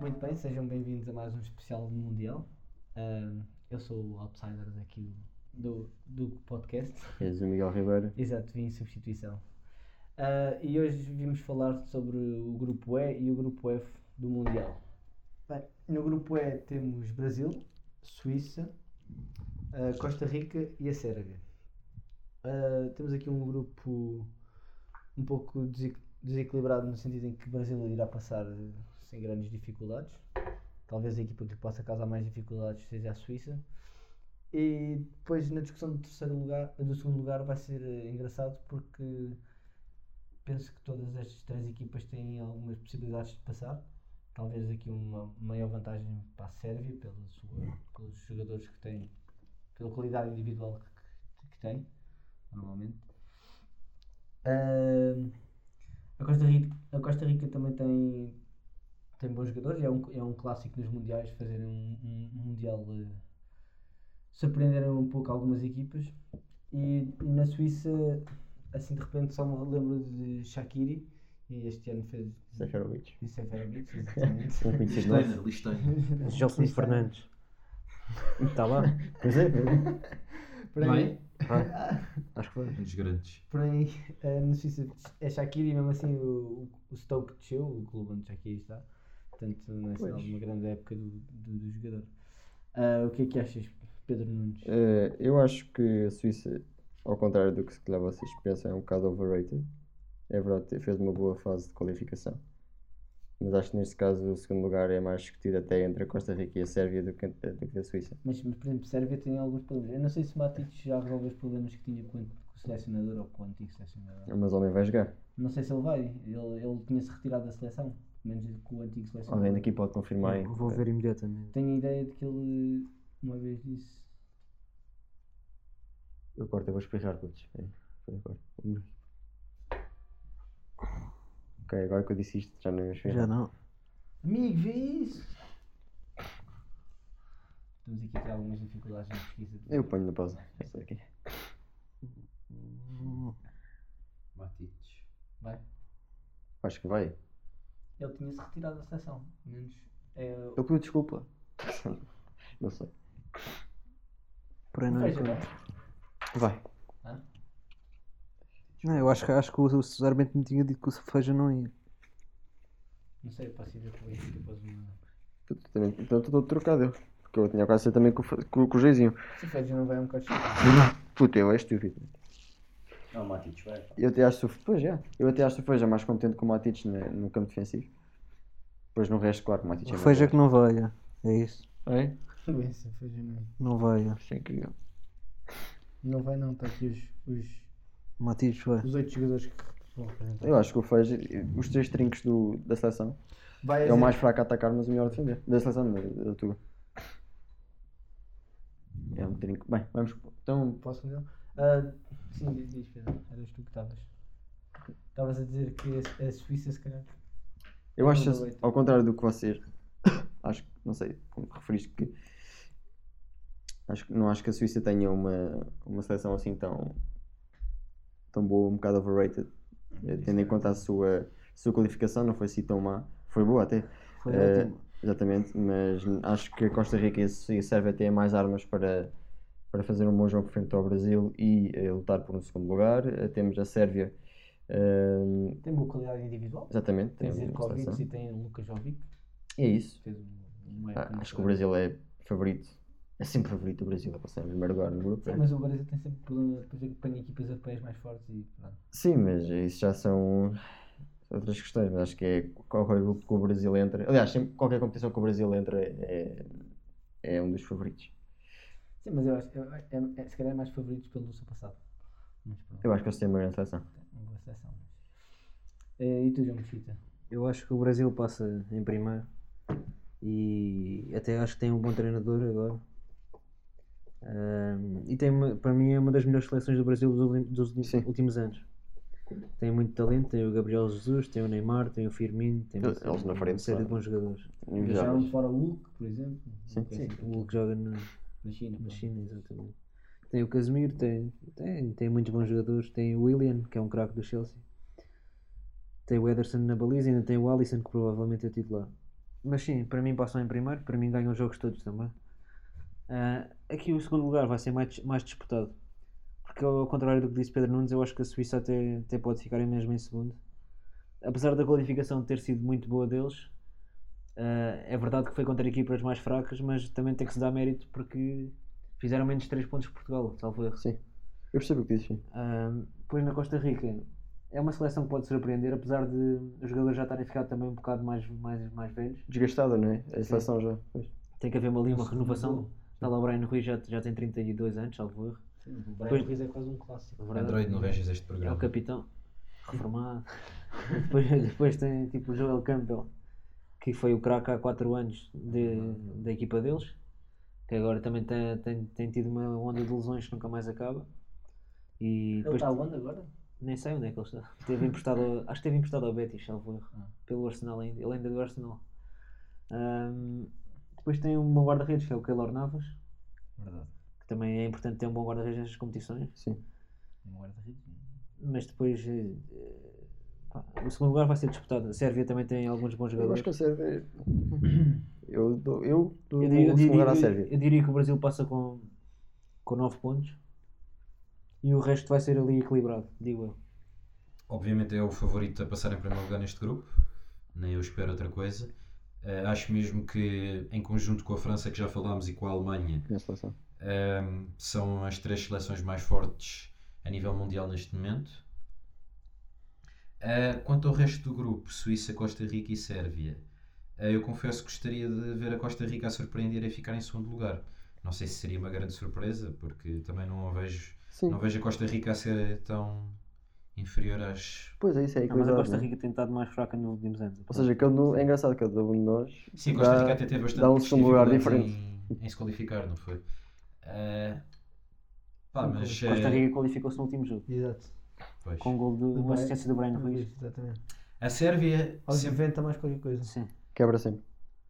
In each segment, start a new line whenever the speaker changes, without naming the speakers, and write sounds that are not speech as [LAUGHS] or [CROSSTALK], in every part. Muito bem, sejam bem-vindos a mais um especial do Mundial. Ah, eu sou o outsider daqui do, do podcast.
És o Miguel Ribeiro.
Exato, vim em substituição. Ah, e hoje vimos falar sobre o grupo E e o grupo F do Mundial. Bem, no grupo E temos Brasil, Suíça, ah, Costa Rica e a Sérvia. Ah, temos aqui um grupo um pouco desi- desequilibrado no sentido em que o Brasil irá passar eh, sem grandes dificuldades. Talvez a equipa que lhe possa causar mais dificuldades seja a Suíça. E depois na discussão do terceiro lugar, do segundo lugar vai ser eh, engraçado porque penso que todas estas três equipas têm algumas possibilidades de passar. Talvez aqui uma maior vantagem para a Sérvia pela sua- pelos jogadores que têm, pela qualidade individual que, que tem, normalmente. Ahm, a, Costa Rica, a Costa Rica também tem, tem bons jogadores, é um, é um clássico nos mundiais fazerem um, um- um mundial eh, surpreenderem um pouco algumas equipas. E, e na Suíça, assim de repente, só me lembro de Shakiri, e este ano fez.
Seferovic.
de Seferovic, é
[LAUGHS]
exatamente.
[LAUGHS]
Não conheces nós?
Listeiner, Listeiner.
Gelson
Listeiner.
Fernandes. Está lá?
Pois é, pois é.
Para
Não é?
mim,
Ah, acho que foi.
Um dos grandes.
para mim [LAUGHS] eh, não sei se é Shakiri, mesmo assim o, o Stoke desceu, o clube onde Shakiri está. Portanto, não é sinal de uma grande época do, do, do jogador. Ah, o que é que achas, Pedro Nunes?
Eh, eu acho que a Suíça, ao contrário do que se calhar vocês pensam, é um bocado overrated. É verdade, fez uma boa fase de qualificação. Mas acho que neste caso o segundo lugar é mais discutido até entre a Costa Rica e a Sérvia do que, eh, do que a Suíça.
Mas, mas, por exemplo, Sérvia tem alguns problemas. Eu não sei se Matic já resolveu os problemas que tinha com, com o selecionador ou com o antigo selecionador.
É Mas alguém vai jogar.
Não sei se ele vai. Ele, ele tinha-se retirado da seleção, pelo menos com o antigo selecionador.
Alguém daqui pode confirmar. hein?
Vou ver imediatamente.
Tenho a ideia de que ele uma vez disse.
Eu corto, eu vou espirrar, putz. É, foi agora. Vamos. Ok, agora que eu disse isto, já não ia
Já
espirrar.
não.
Amigo, vê isso! Estamos aqui a ter algumas dificuldades na pesquisa. de-
Eu ponho na pausa. Essa daqui.
Hum,
Matites.
Vai.
Acho que vai.
Ele tinha-se retirado da seleção. Menos. É,
Eu pedi desculpa. [LAUGHS] Não sei.
Por aí
não
é
não
vejo,
encontro.
não. é?
Vai.
Não, eu acho que, acho que o, o árbitro me tinha dito que o Feja não ia.
não sei, eu posso ir ver para depois uma.
Puto, também- Então estou todo trocado eu. Porque eu tinha quase também com, o fa- com, com o Jairzinho.
Se fez, não vai um bocado [LAUGHS] chato.
Puta, eu é estúpido.
É
Não, Matites, vai.
Eu até acho que pois é. Eu até acho que foi já mais contente com o Matites na- no campo defensivo. Pois no resto, claro, que o Matites
O
é
Feja que não veio. É isso.
melhor. É?
Bem, se fez, não.
Não veio.
Isso é incrível.
Não vai, não. Está aqui os, os,
O Matias veio.
os oito jogadores que vão representar.
Eu acho que o Feja, os três trincos do, da seleção,
Vai
é o mais fraco a atacar, mas o melhor a defender. Da seleção, da, da Tuga. É um trinco. Bem, vamos. Então,
Posso continuar? Ah, sim, diz, diz, Pedro. Eras tu que estavas. Estavas a dizer que a, a Suíça, se calhar.
Eu acho,
Manda leite.
ao contrário do que vocês, [COUGHS] acho que, não sei, como referiste que, acho que não acho que a Suíça tenha uma, uma seleção assim tão, tão boa, um bocado overrated, eh, tendo em conta a sua, sua qualificação, não foi assim tão má, foi boa até,
Foi
Eh,
ótimo.
exatamente, mas acho que a Costa Rica e a Su- e a Sérvia têm mais armas para, para fazer um bom jogo frente ao Brasil e eh, lutar por um segundo lugar, Eh, temos a Sérvia, eh,
Tem boa qualidade individual.
exatamente,
Tem
tem uma
Zirkovic
seleção,
e tem Lucas Jovic.
e é isso.
Fez um, uma
Ah,
época
acho
muito
que o
boa.
Brasil é favorito. É sempre favorito o Brasil a passar em primeiro lugar no grupo.
Sim,
é?
mas o Brasil tem sempre problema depois de apanhar equipas europeias mais fortes e pronto.
Sim, mas isso já são outras questões. Mas acho que é qualquer grupo que o Brasil entra. Aliás, sempre, qualquer competição que o Brasil entra é, é um dos favoritos.
Sim, mas eu acho eu- é, é, se calhar é mais favoritos pelo seu passado. Mas pronto, é
Eu acho que eles têm uma grande seleção.
uma boa seleção. Eh, e tu, João Mesquita?
Eu acho que o Brasil passa em primeiro e até acho que tem um bom treinador agora. Ahm, e tem uma- para mim é uma das melhores seleções do Brasil dos, ulti- dos ulti-
Sim.
últimos anos. Tem muito talento, tem o Gabriel Jesus, tem o Neymar, tem o Firmino, tem
Eles- eles na frente,
uma série de
claro.
bons jogadores. É
Deixaram
Invejáveis.
fora o Hulk, por exemplo.
Sim.
Uma coisa
Sim,
assim,
o Hulk joga no-
Na China.
na
pronto.
China, exatamente. Tem o Casemiro, tem, tem, tem muitos bons jogadores. Tem o William, que é um craque do Chelsea. Tem o Ederson na baliza, ainda tem o Alisson, que provavelmente é titular. Mas sim, para mim passam em primeiro, para mim ganham os jogos todos também. Ah, aqui o segundo lugar vai ser mais, mais disputado. Porque ao contrário do que disse Pedro Nunes, eu acho que a Suíça até, até pode ficar mesmo em segundo. Apesar da qualificação ter sido muito boa deles, ah, é verdade que foi contra equipas mais fracas, mas também tem que se dar mérito porque fizeram menos 3 pontos que Portugal, salvo erro.
Sim. Eu percebo o que dizes. sim.
Ahm, Depois na Costa Rica é uma seleção que pode surpreender, apesar de os jogadores já estarem ficado também um bocado mais, mais, mais velhos.
Desgastada, não é? A seleção já. Pois.
Tem que haver ali uma renovação. Está lá o Brian Rui, já, já tem 32 anos, salvo erro.
O
Pois-
Brian Ruiz é quase um clássico.
Na verdade,
Android, não vejas este
É o
programa.
capitão, reformado. [LAUGHS] depois, depois tem tipo o Joel Campbell, que foi o craque há 4 anos de, da equipa deles, que agora também tem, tem, tem tido uma onda de lesões que nunca mais acaba. E
Ele tá
depois
está onde agora?
Nem sei onde é que ele está. Teve emprestado, ao- acho que teve emprestado ao Betis, salvo erro.
Ah.
Pelo Arsenal ainda. Ele ainda é do Arsenal. Ahm, depois tem um bom guarda-redes, que é o Keylor Navas,
Verdade.
que também é importante ter um bom guarda-redes nestas competições.
Sim.
Um guarda-redes.
Mas depois. eh, eh, pá, o segundo lugar vai ser disputado. A Sérvia também tem alguns bons
Eu
jogadores.
acho que é a
[COUGHS]
Sérvia. Eu dou, eu dou
Eu diria, eu
o segundo lugar à
diria-
Sérvia.
eu diria que o Brasil passa com, com 9 pontos e o resto vai ser ali equilibrado, digo eu.
Obviamente é o favorito a passar em primeiro lugar neste grupo. Nem eu espero outra coisa. Eh, acho mesmo que, em conjunto com a França, que já falámos, e com a Alemanha,
Minha seleção.
Um, são as três seleções mais fortes a nível mundial neste momento. Uh, quanto ao resto do grupo, Suíça, Costa Rica e Sérvia, uh, eu confesso que gostaria de ver a Costa Rica a surpreender e ficar em segundo lugar. Não sei se seria uma grande surpresa, porque também não a vejo,
Sim.
não vejo a Costa Rica a ser tão inferior às.
Pois é, isso é
Ah, mas a
equilibrado,
Costa
não é?
Rica tem estado mais fraca nos últimos anos.
Ou seja, cada um, é engraçado, cada um de nós
Sim, a Costa
dá-
Rica até teve bastante
dá um segundo lugar
dificuldades
diferente.
Em, em se qualificar, não foi? Uh, pá, mas.
Costa
eh,
Rica qualificou-se no último jogo.
Exato.
pois.
com o gol de uma
Brian-
assistência do Brian Ah, Ruiz.
Exatamente.
A Sérvia
Ou se
sempre-
inventa mais qualquer coisa.
Sim.
quebra sempre.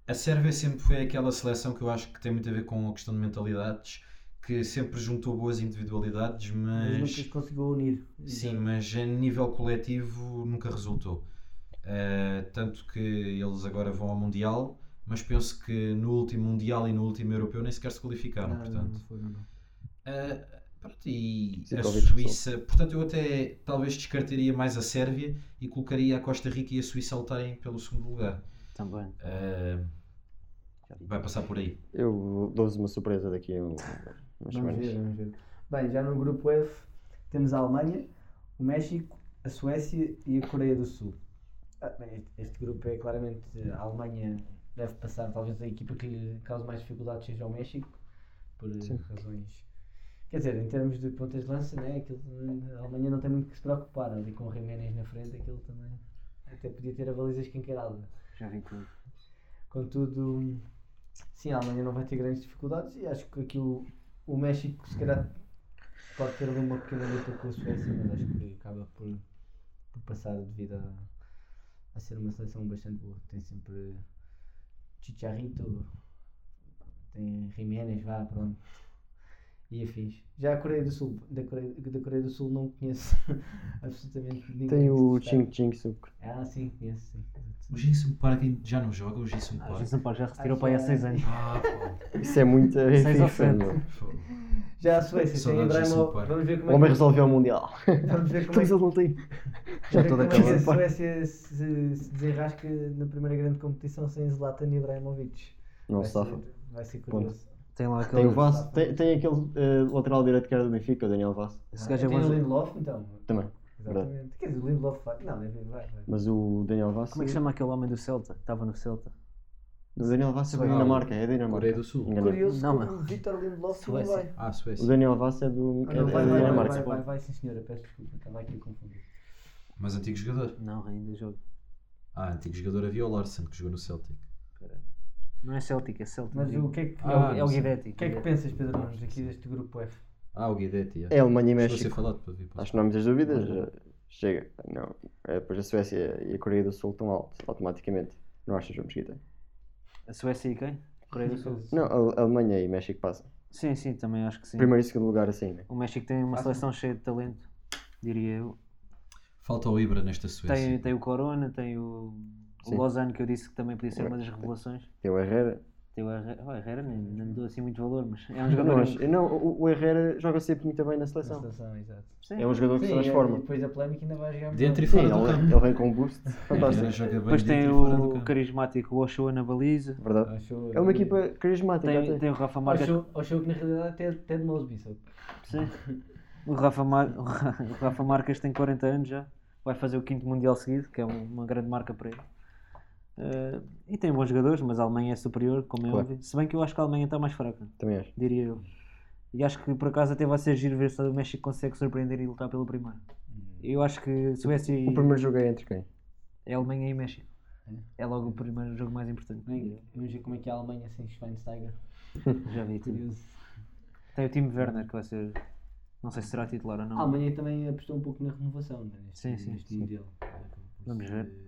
A Sérvia sempre foi aquela seleção que eu acho que tem muito a ver com a questão de mentalidades, que sempre juntou boas individualidades,
Mas
mas,
nunca conseguiu unir.
sim, mas a nível coletivo nunca resultou. Uh, tanto que eles agora vão ao Mundial, mas penso que no último Mundial e no último Europeu nem sequer se qualificaram,
Nada, não
é, portanto.
foi, não.
Uh, pronto, e
Sim,
a
talvez resultou.
Suíça, portanto, eu até talvez descartaria mais a Sérvia e colocaria a Costa Rica e a Suíça a lutarem pelo segundo lugar.
Também.
Uh, vai passar por aí.
Eu dou-vos uma surpresa daqui a um- umas
Vamos ver,
semanas.
vamos ver. Bem, já no grupo F temos a Alemanha, o México, a Suécia e a Coreia do Sul. Ah, bem, este, este grupo é claramente a Alemanha deve passar, talvez a equipa que lhe cause mais dificuldades seja o México, por eh,
Sim.
razões. Quer dizer, em termos de pontas de lança, né, aquilo, eh, a Alemanha não tem muito que se preocupar ali com o Jiménez na frente, aquilo também até podia ter a baliza escancarada.
Já vi tudo.
Contudo, sim, a Alemanha não vai ter grandes dificuldades e acho que aqui o, o México se calhar pode ter ali uma pequena luta com a Suécia, mas acho que acaba por, por passar devido a, a ser uma seleção bastante boa. Tem sempre Chicharrito, tem Jiménez, vá, pronto. E afins. Já a Coreia do Sul, da Coreia, da Coreia do Sul não conheço [LAUGHS] absolutamente ninguém.
Tem o
que se destaque.
Ching Ching Suk.
Ah, sim, conheço, sim.
O Jason Park ainda- já não joga, o Jason
Ah, o
Park.
Jason Park já retirou para aí há
é.
6 anos.
Ah, pô.
Isso é muito
Seis ou
FIFA,
sete.
meu.
fogo.
Já a Suécia tem
Saudades desse
Ibrahimo-
par.
Vamos ver
O
como
homem
é que,
resolveu o Mundial.
vamos ver como é
[LAUGHS] Mas
que,
ele não tem. Já
vamos ver
todo
como é que
acabado.
a Suécia se, se desenrasca na primeira grande competição sem Zlatan e Ibrahimovic.
Não
vai
se safa.
Ser, vai ser
Ponto.
curioso.
Tem lá aquele.
Tem o Vasco, tem, tem aquele eh, lateral direito que era do Benfica, o Daniel Vasco.
Esse
Ah,
gajo é
tem
bom.
o
jogador.
Lindelof, então.
um- Também.
Exatamente. Quer dizer, o Lindelof vai. Não, deve vai, vai.
Mas o Daniel Vasco.
Como é que se chama aquele homem do Celta? Estava no Celta.
O Daniel Vasco é
Sei
da
lá,
Dinamarca, é da
Coreia
Dinamarca.
do Sul.
Enganei.
Curioso
Não,
como
mas-
o Vitor Lindelof não
Suécia.
vai.
Ah,
O
Suécia.
Daniel Vasco é do.
Ah,
É
não, vai, vai,
é da
vai, vai,
Dinamarca.
vai, vai, vai, sim senhora, peço desculpa, estava aqui a confundir.
Mas antigo jogador.
Não, ainda jogo.
Ah, antigo jogador havia o Larsen, que jogou no Celtic.
Não é Celtic, é Celtic.
Mas o que é que,
É
Ah,
o, é
não
o
sei.
Guidetti.
o que, é que pensas, Pedro Nunes, aqui deste grupo F?
Ah, o Guidetti.
É Alemanha e
Estou a ser
México.
falado para vir para
Acho que não há muitas dúvidas. eh, Chega. Não. Eh, Depois a Suécia e a Coreia do Sul estão altos, automaticamente. Não achas, João Mesquita?
A Suécia e quem? Coreia do Sul.
Não, a a Alemanha e México passam.
Sim, sim, também acho que sim.
Primeiro e segundo lugar, assim, né?
O México tem uma
Ah, sim.
seleção cheia de talento, diria eu.
Falta o Ibra nesta Suécia.
Tem, tem o Corona, tem o. O
Sim.
Lausanne, que eu disse que também podia ser uma das
Ué.
revelações.
Tem é o Herrera.
Tem o Herrera, oh, Herrera nem, nem dou assim muito valor, mas é um
Eu não,
jogador.
acho- eu não, o, o Herrera joga sempre muito bem na
Na
seleção.
seleção, exato.
Sim.
É um jogador que se
Sim, e
transforma.
depois a polémica ainda vai jogar muito
Dentro e
bem.
Sim,
fora do
ele,
campo.
ele vem com um boost fantástico.
Herrera joga bem
Depois tem
dentro e fora do
o
campo.
carismático Ochoa na baliza.
Verdade.
Achou-
É uma equipa carismática.
Tem,
até.
tem o Rafa Marques.
Achou, achou que na realidade até até de Mosby, só que
Sim. [LAUGHS] O Rafa, Mar... [LAUGHS] o Ra- o Rafa Marques tem 40 anos já. Vai fazer o quinto Mundial seguido, que é um- uma grande marca para ele. Eh, e tem bons jogadores, mas a Alemanha é superior, como é
Claro.
óbvio. Se bem que eu acho que a Alemanha está mais fraca,
Também acho.
diria eu. E acho que por acaso até vai ser giro ver se o México consegue surpreender e lutar pelo primeiro. Eu acho que Suécia e
O primeiro jogo é entre quem?
é Alemanha e México. É logo o primeiro jogo mais importante.
nem- Vamos ver como é que é a Alemanha sem Schweinsteiger.
Já vi. tudo.
Curioso.
Tem o time Werner que vai ser. Não sei se será titular ou
A
não.
Alemanha também apostou um pouco na renovação, né? neste,
Sim, sim,
neste
sim.
Mundial.
Vamos ver.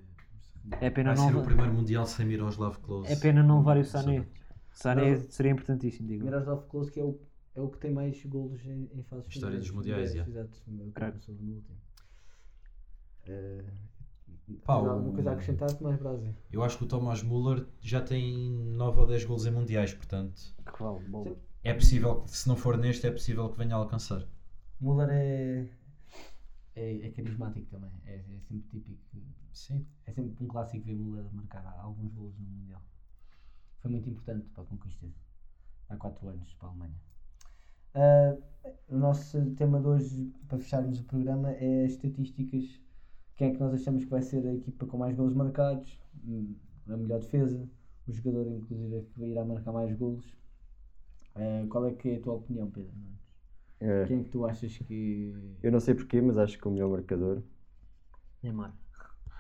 É,
É pena
Vai ser
não.
o primeiro mundial sem Miroslav Klose.
É pena não levar o Sané. Sané
Não.
seria importantíssimo, digo.
Miroslav Klose que é o, é o que tem mais golos em, em fases
História dos
finais.
mundiais, já.
Exato, o que
Craque.
passou no último.
Pá,
Tens
o-
alguma coisa a acrescentar mais Brasil?
Eu acho que o Thomas Müller já tem 9 ou 10 golos em mundiais, portanto.
Que vale, bom.
Sim.
É possível que, se não for neste, é possível que venha a alcançar.
Müller é, é, é carismático também, é, é sempre típico.
Sim.
É sempre um clássico ver Müller marcar alguns golos no Mundial. Foi muito importante para a conquista há 4 anos para a Alemanha. Ah, o nosso tema de hoje, para fecharmos o programa, é as estatísticas. Quem é que nós achamos que vai ser a equipa com mais golos marcados, hum, a melhor defesa, o jogador, inclusive, é que irá marcar mais golos. Ah, qual é que é a tua opinião, Pedro? Nunes?
É,
Quem é que tu achas que.
Eu não sei porquê, mas acho que o melhor marcador.
Neymar.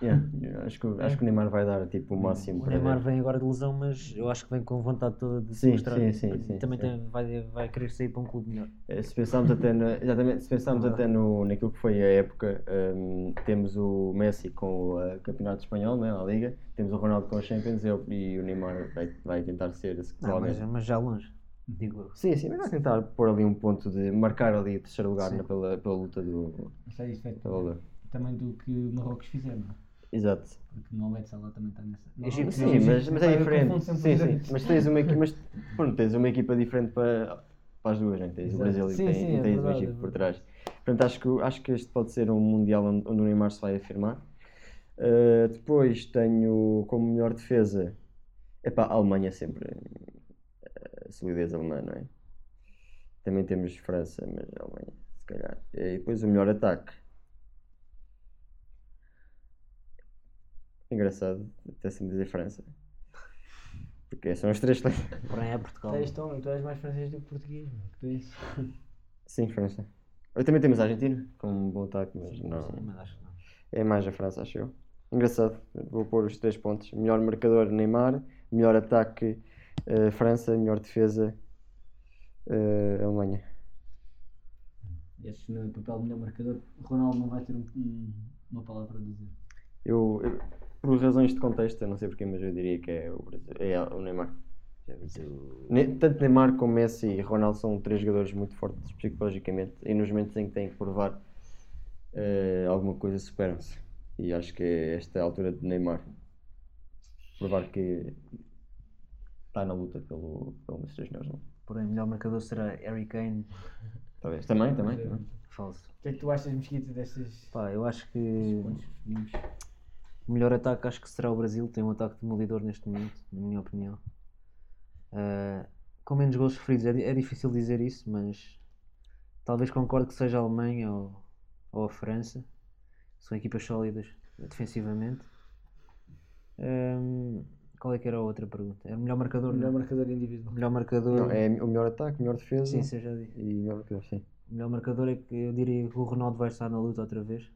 Yeah, eu acho, que, acho que o Neymar vai dar tipo o máximo.
O
para
Neymar
ver.
vem agora de lesão, mas eu acho que vem com vontade toda de se
Sim,
mostrar.
sim, sim, sim,
Também
sim.
tem- vai, vai querer sair para um clube melhor.
Eh, Se pensarmos até, na, exatamente, se pensarmos até no, naquilo que foi a época, ehm, temos o Messi com o eh, Campeonato Espanhol, né, a Liga, temos o Ronaldo com os Champions eu- e o Neymar vai, vai tentar ser esse que
Ah, mas,
provavelmente-
mas já longe, digo eu.
Sim, sim, mas vai tentar pôr ali um ponto de marcar ali o terceiro lugar
Sim.
na- pela, pela luta do.
Não sei, isto é
Pela, luta.
também do que o Marrocos fizeram, não é?
exato.
Porque Mohamed Salah também está nessa. Não,
Egito,
não,
Sim,
Egito,
mas, mas
pá,
é
eu
diferente.
confundo sempre
Sim,
os
sim.
dois.
Mas tens uma equipa, mas, pronto, tens uma equipa diferente para, para as duas, né? tens
Exato.
o Brasil e
Sim,
tens,
sim,
e
é
tens o
verdade, é
Egito por
verdade.
trás. Portanto, acho que, acho que este pode ser um Mundial onde, onde o Neymar se vai afirmar. Uh, depois tenho como melhor defesa. Epá, a Alemanha sempre. A solidez alemã, não é? Também temos França, mas a Alemanha, se calhar. E depois o melhor ataque. Engraçado, até sem dizer França. Porque são as três. seleções.
Porém é Portugal.
Tu és, tão- tu és mais francês do que português, mano. Que tu és.
Sim, França. Eu também temos a Argentina, com um bom ataque, mas
Sim,
não.
mas acho que não.
É mais a França, acho eu. Engraçado, vou pôr os três pontos. Melhor marcador, Neymar. Melhor ataque, eh, França. Melhor defesa, eh, Alemanha.
Este no papel de melhor marcador, o Ronaldo não vai ter um- um- uma palavra a dizer.
Eu, eu- por razões de contexto, eu não sei porquê, mas eu diria que é o, Brasil- é o Neymar. Ne- Tanto Neymar como Messi e Ronaldo são três jogadores muito fortes psicologicamente e nos momentos em que têm que provar eh, alguma coisa superam-se. E acho que é esta a altura de Neymar provar que está na luta pelo, pelo Mestre dos Senhores, não?
Porém, o melhor marcador será Harry Kane.
Talvez. Também, também.
Mas,
também.
eh,
Falso.
O que é que tu achas, Mesquita, destes
Pá, eu acho que
pontos femininos?
o melhor ataque acho que será o Brasil. Tem um ataque demolidor neste momento, na minha opinião. Ah, com menos gols sofridos. É, di- é difícil dizer isso, mas talvez concorde que seja a Alemanha ou, ou a França. São equipas sólidas eh, defensivamente. Ahm, qual é que era a outra pergunta? Era o melhor
O
marcador?
melhor
não? é?
marcador individual.
melhor marcador.
Não, é o melhor ataque, melhor defesa
Sim, sim, eu já disse.
e melhor marcador, sim.
O melhor marcador é que eu diria que o Ronaldo vai estar na luta outra vez.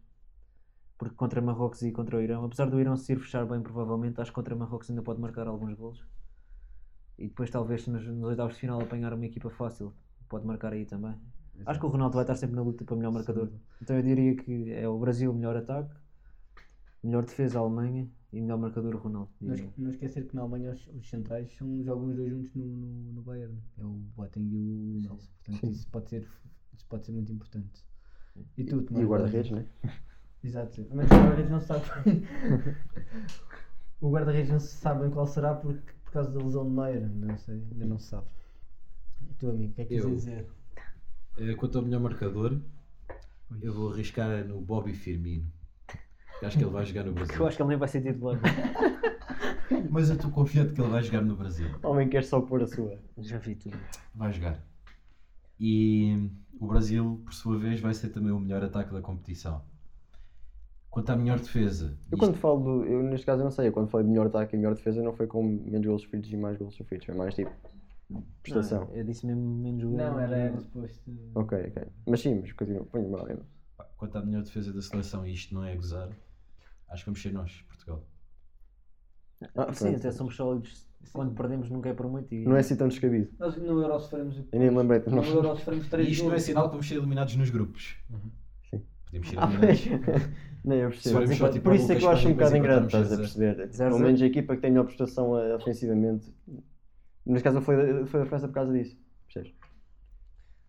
Porque contra Marrocos e contra o Irão, apesar do Irão se ir fechar bem, provavelmente, acho que contra Marrocos ainda pode marcar alguns golos. E depois, talvez, nos, nos oitavos de final, apanhar uma equipa fácil, pode marcar aí também. Acho que o Ronaldo vai estar sempre na luta para melhor marcador. Então eu diria que é o Brasil o melhor ataque, melhor defesa a Alemanha e melhor marcador o Ronaldo.
Não,
diria.
esque- não esquecer que na Alemanha os, os centrais são, jogam os dois juntos no, no, no Bayern. É o Boateng e o Nelson. Portanto, isso pode, ser, isso pode ser muito importante. E tu,
E né?
Tomás
o guarda-redes, né?
[LAUGHS] Exato. Mas o guarda-redes não sabe. O guarda-redes não se sabe bem qual será porque, por causa da lesão de Neuer. Não sei, ainda não se sabe. E tu, amigo, o que é que
Eu.
queres dizer?
Eh, Quanto ao melhor marcador, eu vou arriscar no Bobby Firmino. Eu Acho que ele vai jogar no
Eu
Brasil.
acho que ele nem vai ser titular. [LAUGHS]
Mas eu estou confiante que ele vai jogar no Brasil.
Homem quer só pôr a sua.
Já vi tudo.
Vai jogar. E hum, o Brasil, por sua vez, vai ser também o melhor ataque da competição. Quanto à melhor defesa,
Eu
isto-
quando falo do. Eu neste caso eu não sei, eu quando falei de melhor ataque e melhor defesa não foi com menos golos sofridos e mais golos sofridos, foi mais tipo prestação.
Não, eu disse mesmo menos o
Não, era, era suposto.
é?
Ok, ok. Mas sim, mas continua, ponho-me lá mesmo.
pá, quanto à melhor defesa da seleção, e isto não é gozar, acho que vamos ser nós, Portugal.
Ah,
Sim,
pronto.
até somos sólidos. Quando perdemos nunca é por muito. E...
Não é assim tão descabido.
Nós no Euro sofremos o
Eu nem me lembrei de
No
nós.
Euro sofremos 3
E isto não é sinal que vamos ser eliminados nos grupos.
Sim.
Podemos ser
Uhum. Ah,
eliminados.
Não, eu
Se formos só,
percebo.
tipo,
Por isso é que eu
Lucas
acho um
Paqueta
bocado
e
ingrato,
cortamos
estás a perceber? Tipo,
Zero,
Pelo
zero.
menos a equipa que tem melhor prestação eh, ofensivamente. Neste caso, foi da falei da França por causa disso. Percebes?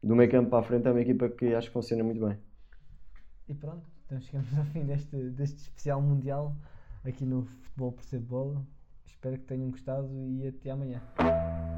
Do meio campo para a frente é uma equipa que acho que funciona muito bem.
E pronto, então chegamos ao fim deste, deste especial mundial aqui no Futebol por Ser Bola. Espero que tenham gostado e até amanhã.